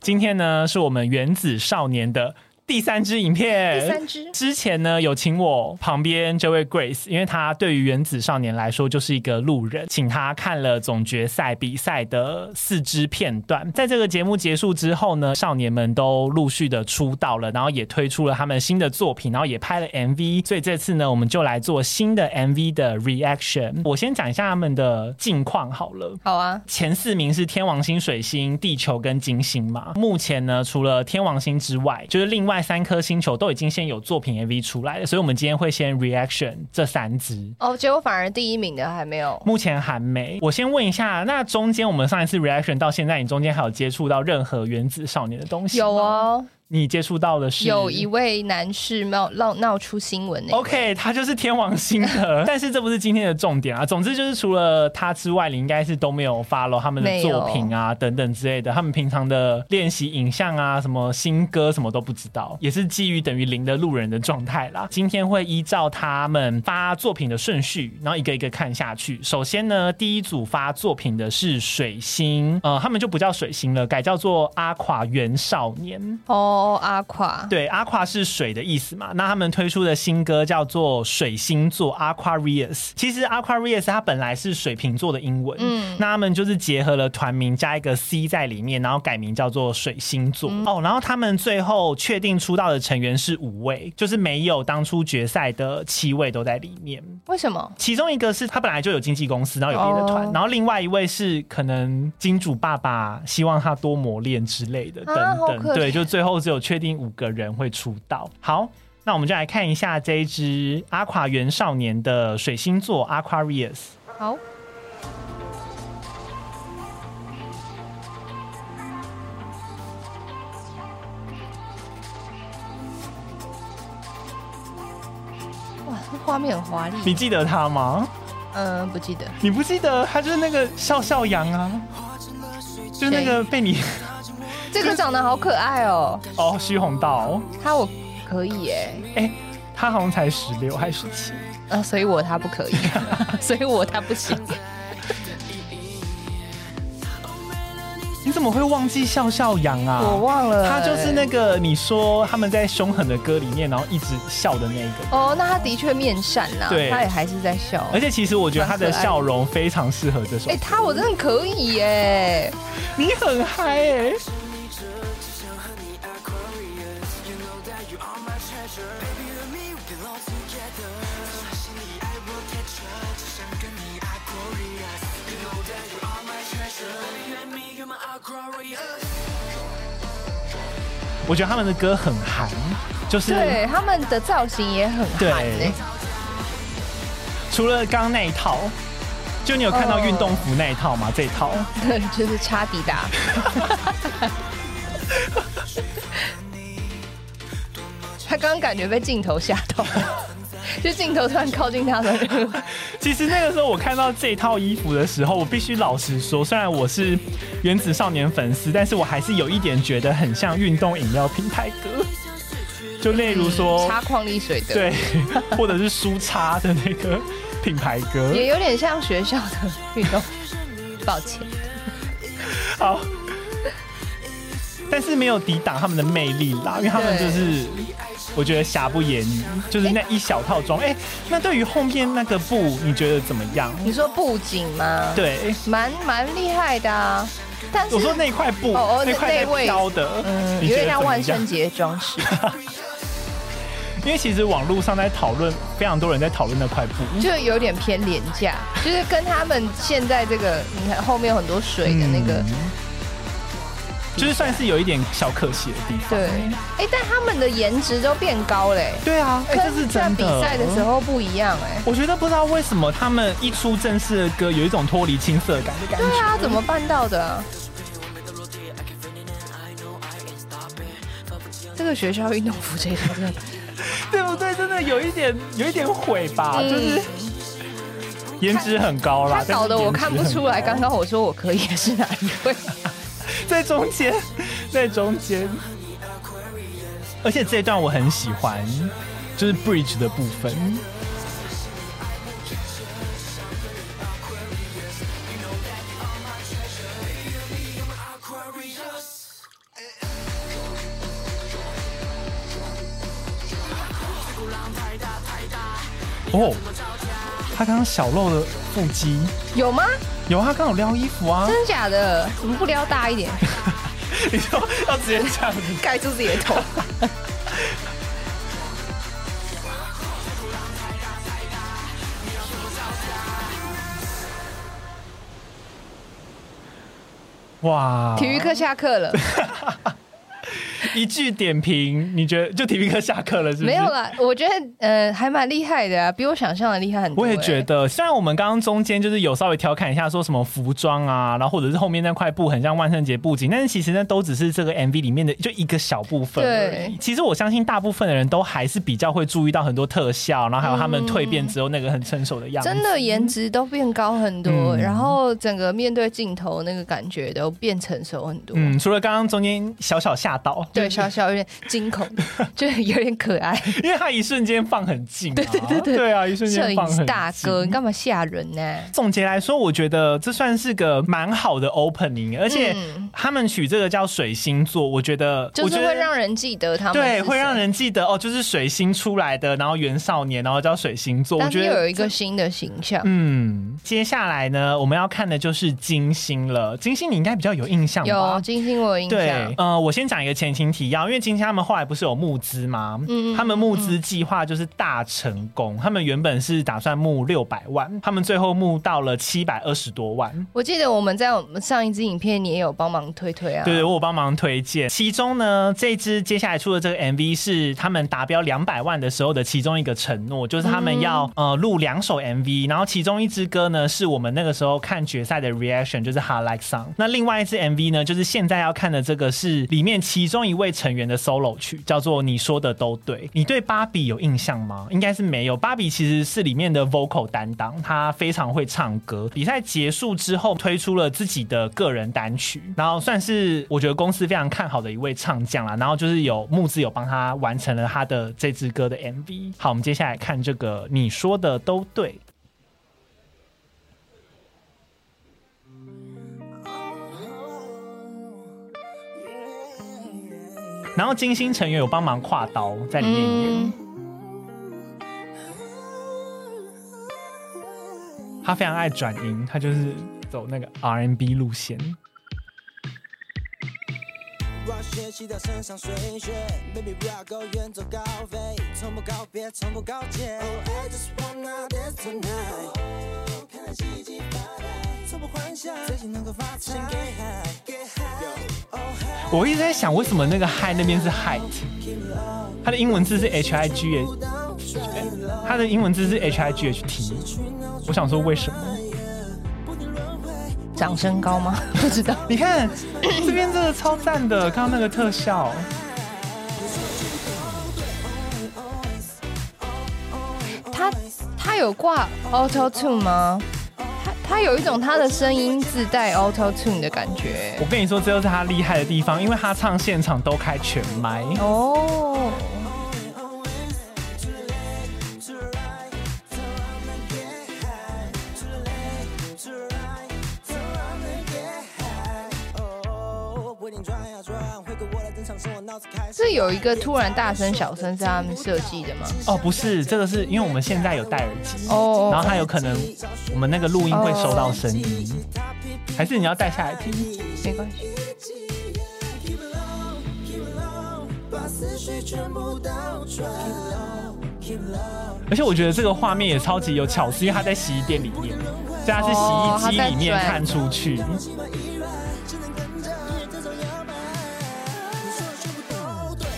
今天呢，是我们原子少年的。第三支影片，第三支之前呢有请我旁边这位 Grace，因为她对于原子少年来说就是一个路人，请她看了总决赛比赛的四支片段。在这个节目结束之后呢，少年们都陆续的出道了，然后也推出了他们新的作品，然后也拍了 MV。所以这次呢，我们就来做新的 MV 的 reaction。我先讲一下他们的近况好了。好啊，前四名是天王星、水星、地球跟金星嘛。目前呢，除了天王星之外，就是另外三颗星球都已经先有作品 MV 出来了，所以我们今天会先 reaction 这三支。哦，结果反而第一名的还没有。目前还没。我先问一下，那中间我们上一次 reaction 到现在，你中间还有接触到任何原子少年的东西？有，哦，你接触到的是有一位男士闹闹闹出新闻那个 OK，他就是天王星 的，但是这不是今天的重点啊。总之就是除了他之外，你应该是都没有 follow 他们的没有作品啊等等之类的。他们平常的练习影像啊，什么新歌什么都不知道，也是基于等于零的路人的状态啦。今天会依照他们发作品的顺序，然后一个一个看下去。首先呢，第一组发作品的是水星，呃，他们就不叫水星了，改叫做阿垮元少年。哦，阿垮，对，aqua 是水的意思嘛？那他们推出的新歌叫做《水星座》（Aquarius）。其实 Aquarius 它本来是水瓶座的英文，嗯，那他们就是结合了团名加一个 C 在里面，然后改名叫做水星座。哦，然后他们最后确定出道的成员是五位，就是没有当初决赛的七位都在里面。为什么？其中一个是他本来就有经纪公司，然后有别的团哦然后另外一位是可能金主爸爸希望他多磨练之类的，等啊好等，可对，怜就最后只有确定五个人会出道。好。那我们就来看一下这一支阿垮元少年的水星座 Aquarius。好，哇，这画面很华丽。你记得他吗？嗯，不记得。你不记得他就是那个笑笑羊啊，就是那个被你这个长得好可爱哦，哦虚红到，他我可以耶，哎、他好像才十六还十七。啊，所以我他不可以， 所以我他不行。你怎么会忘记笑笑羊啊？ 我忘了他就是那个你说他们在凶狠的歌里面，然后一直笑的那个。哦，那他的确面善呐，对哎他也还是在笑。而且其实我觉得他的蛮可爱的笑容非常适合这首哎、。他我真的可以耶，你很嗨哎、我觉得他们的歌很韩，就是 对他们的造型也很欸韩对耶。除了刚刚那一套，就你有看到运动服那一套吗？这一套。就是差迪达。他刚刚感觉被镜头吓到， 就镜头突然靠近他的时候，其实那个时候我看到这套衣服的时候，我必须老实说，虽然我是原子少年粉丝，但是我还是有一点觉得很像运动饮料平台歌，就 例如说擦矿力水的，对， 或者是舒叉的那个品牌歌。也有点像学校的运动。抱歉，好，但是没有抵挡他们的魅力啦，因为他们就是我觉得瑕不掩瑜，就是那一小套装。哎、那对于后面那个布，你觉得怎么样？你说布景吗？，对，蛮蛮厉害的啊。但是我说那块布，哦哦那块在那位飘的，嗯，你有觉点得像怎么万样圣节装饰。 因为其实网络上在讨论，非常多人在讨论那块布。就有点偏廉价，就是跟他们现在这个，你看后面有很多水的那个，嗯就是算是有一点小可惜的地方。对，哎、但他们的颜值都变高嘞、对啊，哎、这是跟在真比的。赛的时，候不一样哎、我觉得不知道为什么他们一出正式的歌，有一种脱离青涩感的感觉。对啊，怎么办到的啊、这个学校运动服这一套真的， 对不对？真的有一点，有一点毁吧，嗯就是颜值很高啦他。搞得但是我颜值看不出来，很高刚刚我说我可以的是哪一 位？在中间，在中间。而且这一段我很喜欢，就是 bridge 的部分。哦，他刚刚小露的腹肌，有吗？有啊他刚有撩衣服啊，真假的？怎么不撩大一点， 你说要直接这样子， 盖住自己的头？哇！ 体育课下 课了，一句点评，你觉得就体育课下课了是不是？没有啦。我觉得呃还蛮厉害的啊，比我想象的厉害很多、我也欸觉得，虽然我们刚刚中间就是有稍微调侃一下，说什么服装啊，然后或者是后面那块布很像万圣节布景，但是其实那都只是这个 MV 里面的就一个小部分而已。对其实我相信大部分的人都还是比较会注意到很多特效，然后还有他们蜕变之后那个很成熟的样子。真的颜值都变高很多，嗯然后整个面对镜头那个感觉都变成熟很多。嗯，除了刚刚中间小小吓到，对，小小有点惊 恐，就是有点可爱。因为他一瞬间放很近、 啊，对对对对，啊，一瞬摄间放很影近。大哥，你干嘛吓人呢、总结来说，我觉得这算是个蛮好的 opening，而且嗯他们取这个叫水星座，我觉得，就我是觉得会让人记得他们，对，会让。人记得哦，就是水星出来的，然后元少年，然后叫水星座。我但觉是又有得，一个新的形象，嗯，接下来呢，我们要看的就是金星了。金星你应该比较有印象有吧？金星我有印嗯对象，，呃，我先讲一个前情提要，因为金星他们后来不是有募资吗？嗯他们募资计划就是大成功，他们原本是打算募六百万，他们最后募到了七百二十多万。我记得我们在我们上一支影片你也有帮忙推推啊，对对，我有帮忙推荐。其中呢，这支接下来出的这个 MV 是他们达标两百万的时候的其中一个承诺，就是他们要、呃录两首 MV，然后其中一支歌呢是我们那个时候看决赛的 reaction，就是《Hard Like Song》。那另外一支 MV 呢，就是现在要看的这个是里面其中一位成员的 solo 曲，叫做《你说的都对》。你对芭比有印象吗？应该是没有。芭比其实是里面的 vocal 担当，她非常会唱歌。比赛结束之后，推出了自己的个人单曲，然后算是我觉得公司非常看好的一位唱将啦。然后就是有募资有帮他完成了他的这支歌的 MV。好，我们接下来看这个，你说的都对。然后金星成员有帮忙跨刀在里面演。嗯，他非常爱转音，他就是走那个 RMB 路线。我学习到身上水血，baby 不要够远走高飞，从不告别，从不告诫。Oh, I just wanna dance tonight，看他奇迹发呆，从不幻想自己能够发财。先 get high，get high，oh high，我一直在想，为什么那个 high 那边是 height，它的英文字是 H I G H，它哎的英文字是 H I G H T。我想说为什么？长身高吗？ 不知道，你看这边真的超赞的，刚刚那个特效。他他有挂 Auto Tune 吗？他他有一种他的声音自带 Auto Tune 的感觉我跟你说，这就是他厉害的地方，因为他唱现场都开全麦。哦。哦，不停转呀转，回过我来登场，从我脑子开始。这有一个突然大声小声是他们设计的吗？哦，不是，这个是因为我们现在有戴耳机，哦然后它有可能我们那个录音会收到声音，还是你要戴下来听？哦没关系，把思绪全部倒转。Keep low，keep low，而且我觉得这个画面也超级有巧思，因为它在洗衣店里面，所以它是洗衣机里面看出去。哦今晚依然只能跟着你的走摇摆。你说的全部都对。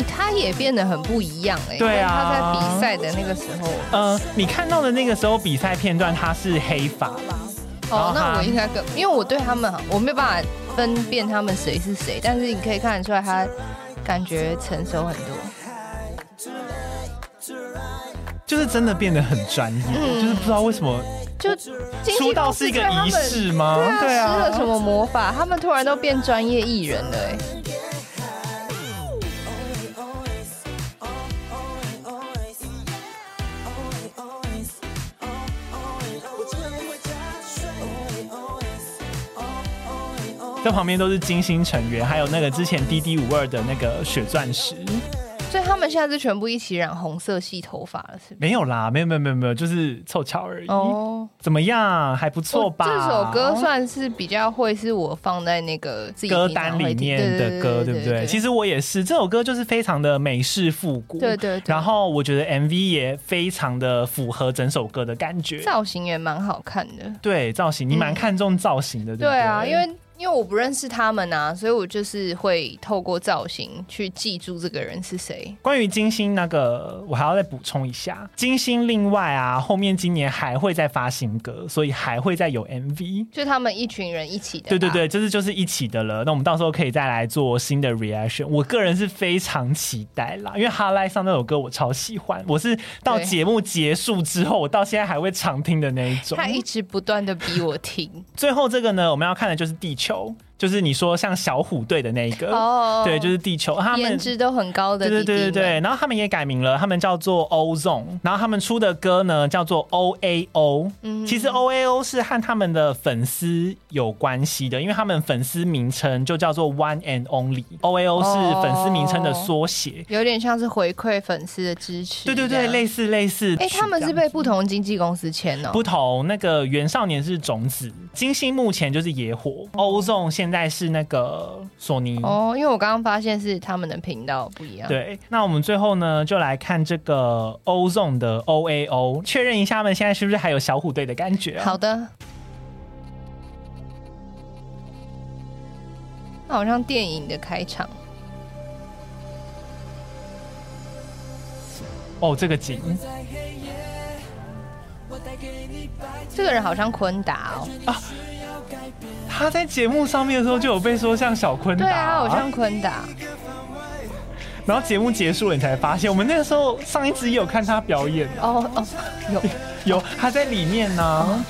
哎、他也变得很不一样哎、对啊因为他在比赛的那个时候，呃，你看到的那个时候比赛片段，它是黑发吧？然哦后，他那我应该跟，因为我对他们好我没有办法分辨他们谁是谁，但是你可以看得出来，他感觉成熟很多。就是真的变得很专业，嗯就是不知道为什么就经出纪道公是司一个对他仪们式吗？对啊，施了什么魔法？他们突然都变专业艺人了、哎，Oh, 在旁边都是金星成员，还有那个之前 D D 五二的那个血钻石。所以他们们下次全部一起染红色系头发了，是不是？没有啦，没有没有没有没有，就是凑巧而已。哦，怎么样？还不错吧？这首歌算是比较会是我放在那个自己歌平常单会里听面的歌，对对不对？其实实我也是，这首歌就是非常的美式复古，对对对然后我觉得 MV 也非常的符合整首歌的感觉，造型也蛮好看的。对造型，你蛮看重造型的，对不对对啊，因为因为我不认识他们啊，所以我就是会透过造型去记住这个人是谁。关于金星那个，我还要再补充一下，金星另外啊，后面今年还会再发新歌，所以还会再有 MV。就他们一群人一起的，对对，对，这是就是一起的了。那我们到时候可以再来做新的 reaction。我个人是非常期待啦，因为《哈莱上那首歌我超喜欢，我是到对节目结束之后，我到现在还会常听的那一种。他一直不断的逼我 听最后这个呢，我们要看的就是地球，就是你说像小虎队的那一个，哦，对，就是地球。他颜们值都很高的弟对对弟对对对，们然后他们也改名了，他们叫做 Ozone，然后他们出的歌呢叫做 O A O。嗯，其实 O A O 是和他们的粉丝有关系的，因为他们粉丝名称就叫做 One and Only，O A O 哦是粉丝名称的缩写。有点像是回馈粉丝的支持，对对对，类似。似类似。哎，他们是被不同经纪公司签哦不，同，那个袁少年是种子，金星目前就是野火，Ozone 现在是那个索尼。哦，因为我刚刚发现是他们的频道不一样，，对，那我们最后呢，就来看这个 Ozone 的 O A O，确认一下他们现在是不是还有小虎队的感觉、好，的。那好像电影的开场，哦，这个景，这个人好像昆达哦，他在节目上面的时候就有被说像小昆达，对啊，好像昆达，然后节目结束了，你才发现，我们那个时候上一集也有看他表演，哦哦，有，有他在里面呢、嗯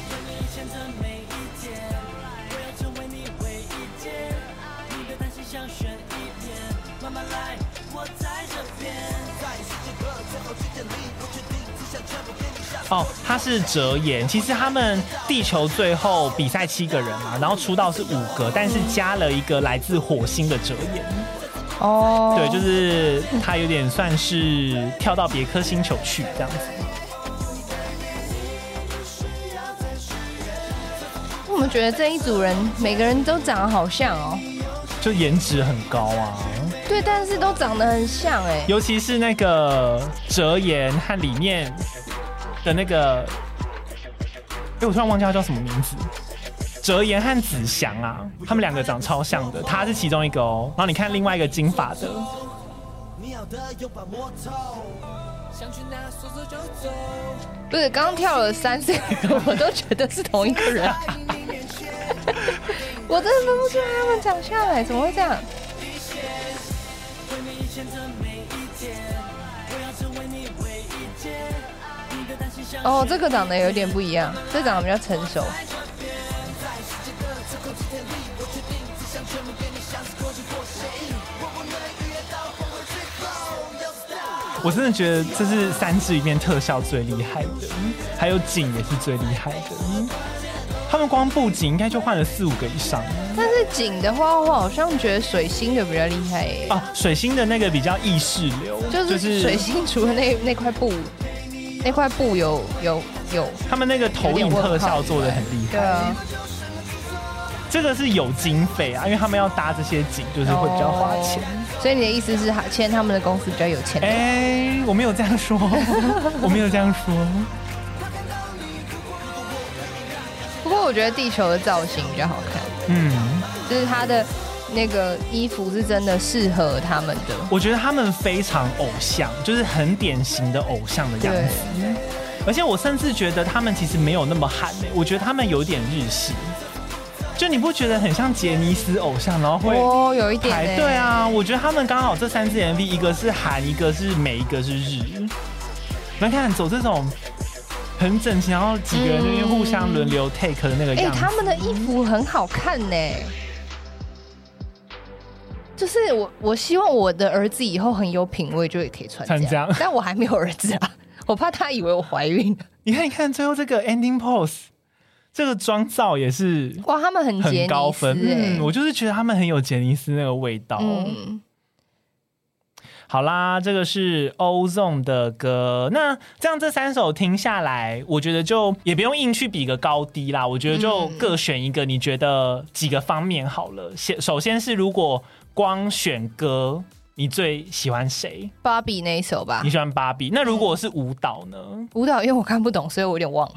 哦，他是哲言。其实他们地球最后比赛七个人嘛，然后出道是五个，但是加了一个来自火星的哲言。 哦，对，就是他有点算是跳到别颗星球去这样子。我们觉得这一组人每个人都长得好像哦，就颜值很高啊，对，但是都长得很像哎、尤其是那个哲言和里面的那个，哎、我突然忘记他叫什么名字。哲言和子祥啊，他们两个长超像的，他是其中一个哦。然后你看另外一个金发的，你要的有把摸透，想去哪说走就走。不是，刚刚跳了三四个人， 我都觉得是同一个人， 我真的分不出来他们长相哎、怎么会这样？哦，这个长得有点不一样，这长得比较成熟。我真的觉得这是三支里面特效最厉害的，还有景也是最厉害的。他们光布景应该就换了四五个以上但是景的话，我好像觉得水星的比较厉害耶、啊。水星的那个比较意识流，就是水星除了那那块布，那块布有有有，他们那个投影特效做的很厉对害，啊，这个是有经费啊，因为他们要搭这些景，就是会比较花钱。啊哦所以你的意思是，哈签他们的公司比较有钱？哎、我没有这样说，我没有这样说。不过我觉得地球的造型比较好看，嗯，就是他的那个衣服是真的适合他们的。我觉得他们非常偶像，就是很典型的偶像的样对子。，而且我甚至觉得他们其实没有那么韩诶、我觉得他们有点日系。就你不觉得很像杰尼斯偶像，然后会哦，有一点排呢。队，啊？我觉得他们刚好这三支 MV，一个是韩，一个是美，一个是日。你看走这种很整齐，然后几个人那边互相轮流 take 的那个哎、样子。他们的衣服很好看呢。就是我，我希望我的儿子以后很有品味，就也可以穿穿这这样样。但我还没有儿子啊， 我怕他以为我怀 孕了。你看，你看最后这个 ending pose，这个妆造也是哇，他们很杰尼很斯高分。哎嗯嗯，我就是觉得他们很有杰尼斯那个味道。嗯，好啦，这个是 Ozone 的歌。那这样这三首听下来，我觉得就也不用硬去比个高低啦。我觉得就各选一个，你觉得几个方面好了。先首先是如果光选歌，你最喜欢谁？芭比那一首吧你。喜欢芭比？那如果是舞蹈呢？舞蹈因为我看不懂，所以我有点忘 了，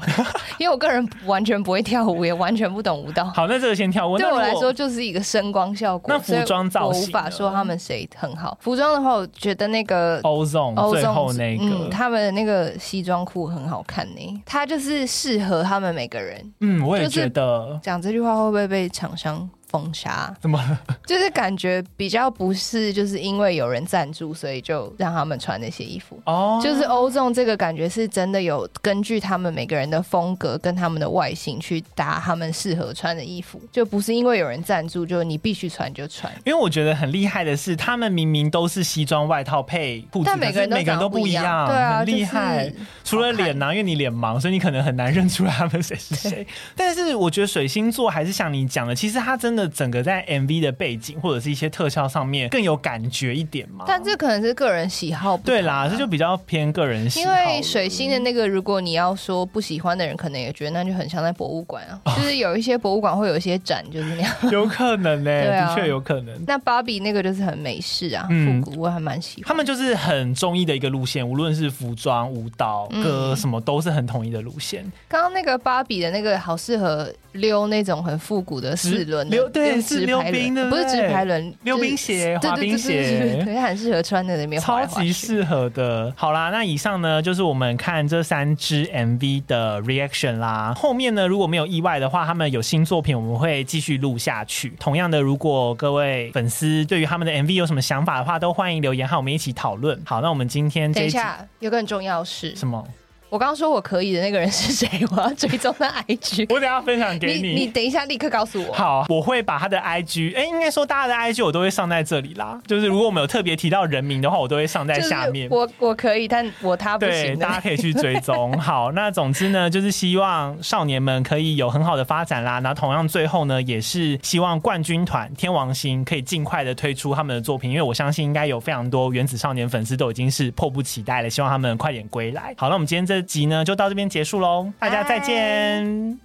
因为我个人完全不会跳舞，也完全不懂舞蹈。好，那这个先跳。对那如我果来说，就是一个声光效果。那服装造型呢所以我无法说他们谁很好。服装的话，我觉得那个 Ozone 最后那哦嗯，个，他们的那个西装裤很好看呢，它就是适合他们每个人。嗯，我也就是觉得。讲这句话会不会被厂商封杀？怎么了？就是感觉比较不是，就是因为有人赞助，所以就让他们穿那些衣服。哦，就是欧众这个感觉是真的有根据他们每个人的风格跟他们的外形去搭他们适合穿的衣服，就不是因为有人赞助，就你必须穿就穿。因为我觉得很厉害的是，他们明明都是西装外套配裤子，但每个人可都是每个人长都得不不一一样，样对啊很厉害。就是除了脸呢、因为你脸盲，所以你可能很难认出来他们谁是谁。但是我觉得水星座还是像你讲的，其实它真的整个在 MV 的背景或者是一些特效上面更有感觉一点嘛。但这可能是个人喜好不同啊对啦，这就比较偏个人喜因好了。为水星的那个，如果你要说不喜欢的人，可能也觉得那就很像在博物馆啊，就是有一些博物馆会有一些展，就是那样。 有可能呢、对啊的确有可能。那芭比那个就是很美式啊，嗯复古，我还蛮喜欢。他们就是很中意的一个路线，无论是服装、舞蹈、嗯歌什么，都是很统一的路线。刚刚那个芭比的那个好适合溜那种很复古的四轮的溜对用是直溜排轮冰对不不对是直排轮，溜冰鞋就是滑冰鞋对对对对对对，很适合穿在那边滑超来滑去级适合的。好啦，那以上呢就是我们看这三支 MV 的 reaction 啦。后面呢，如果没有意外的话，他们有新作品，我们会继续录下去。同样的，如果各位粉丝对于他们的 MV 有什么想法的话，都欢迎留言，和我们一起讨论。好，那我们今天这等一集下，有个很重要的事，什么？我刚刚说我可以的那个人是谁？我要追踪他 IG。我等一下分享给你你等一下，立刻告诉我。好，我会把他的 IG，哎、应该说大家的 IG 我都会上在这里啦。就是如果我们有特别提到人名的话，我都会上在就是下面。我我可以，但我他啊不对，行的大。家可以去追 踪。好，那总之呢，就是希望少年们可以有很好的发展啦。那同样最后呢，也是希望冠军团天王星可以尽快的推出他们的作品，因为我相信应该有非常多原子少年粉丝都已经是迫不及待了，希望他们快点归来。好，那我们今天这集呢就到这边结束喽，大家再见。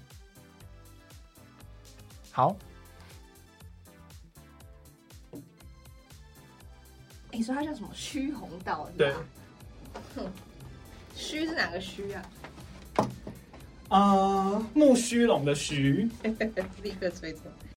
好。你说他叫什么？虚红道？对。虚是哪个虚啊？ 呃，木须龙的须。立刻追踪。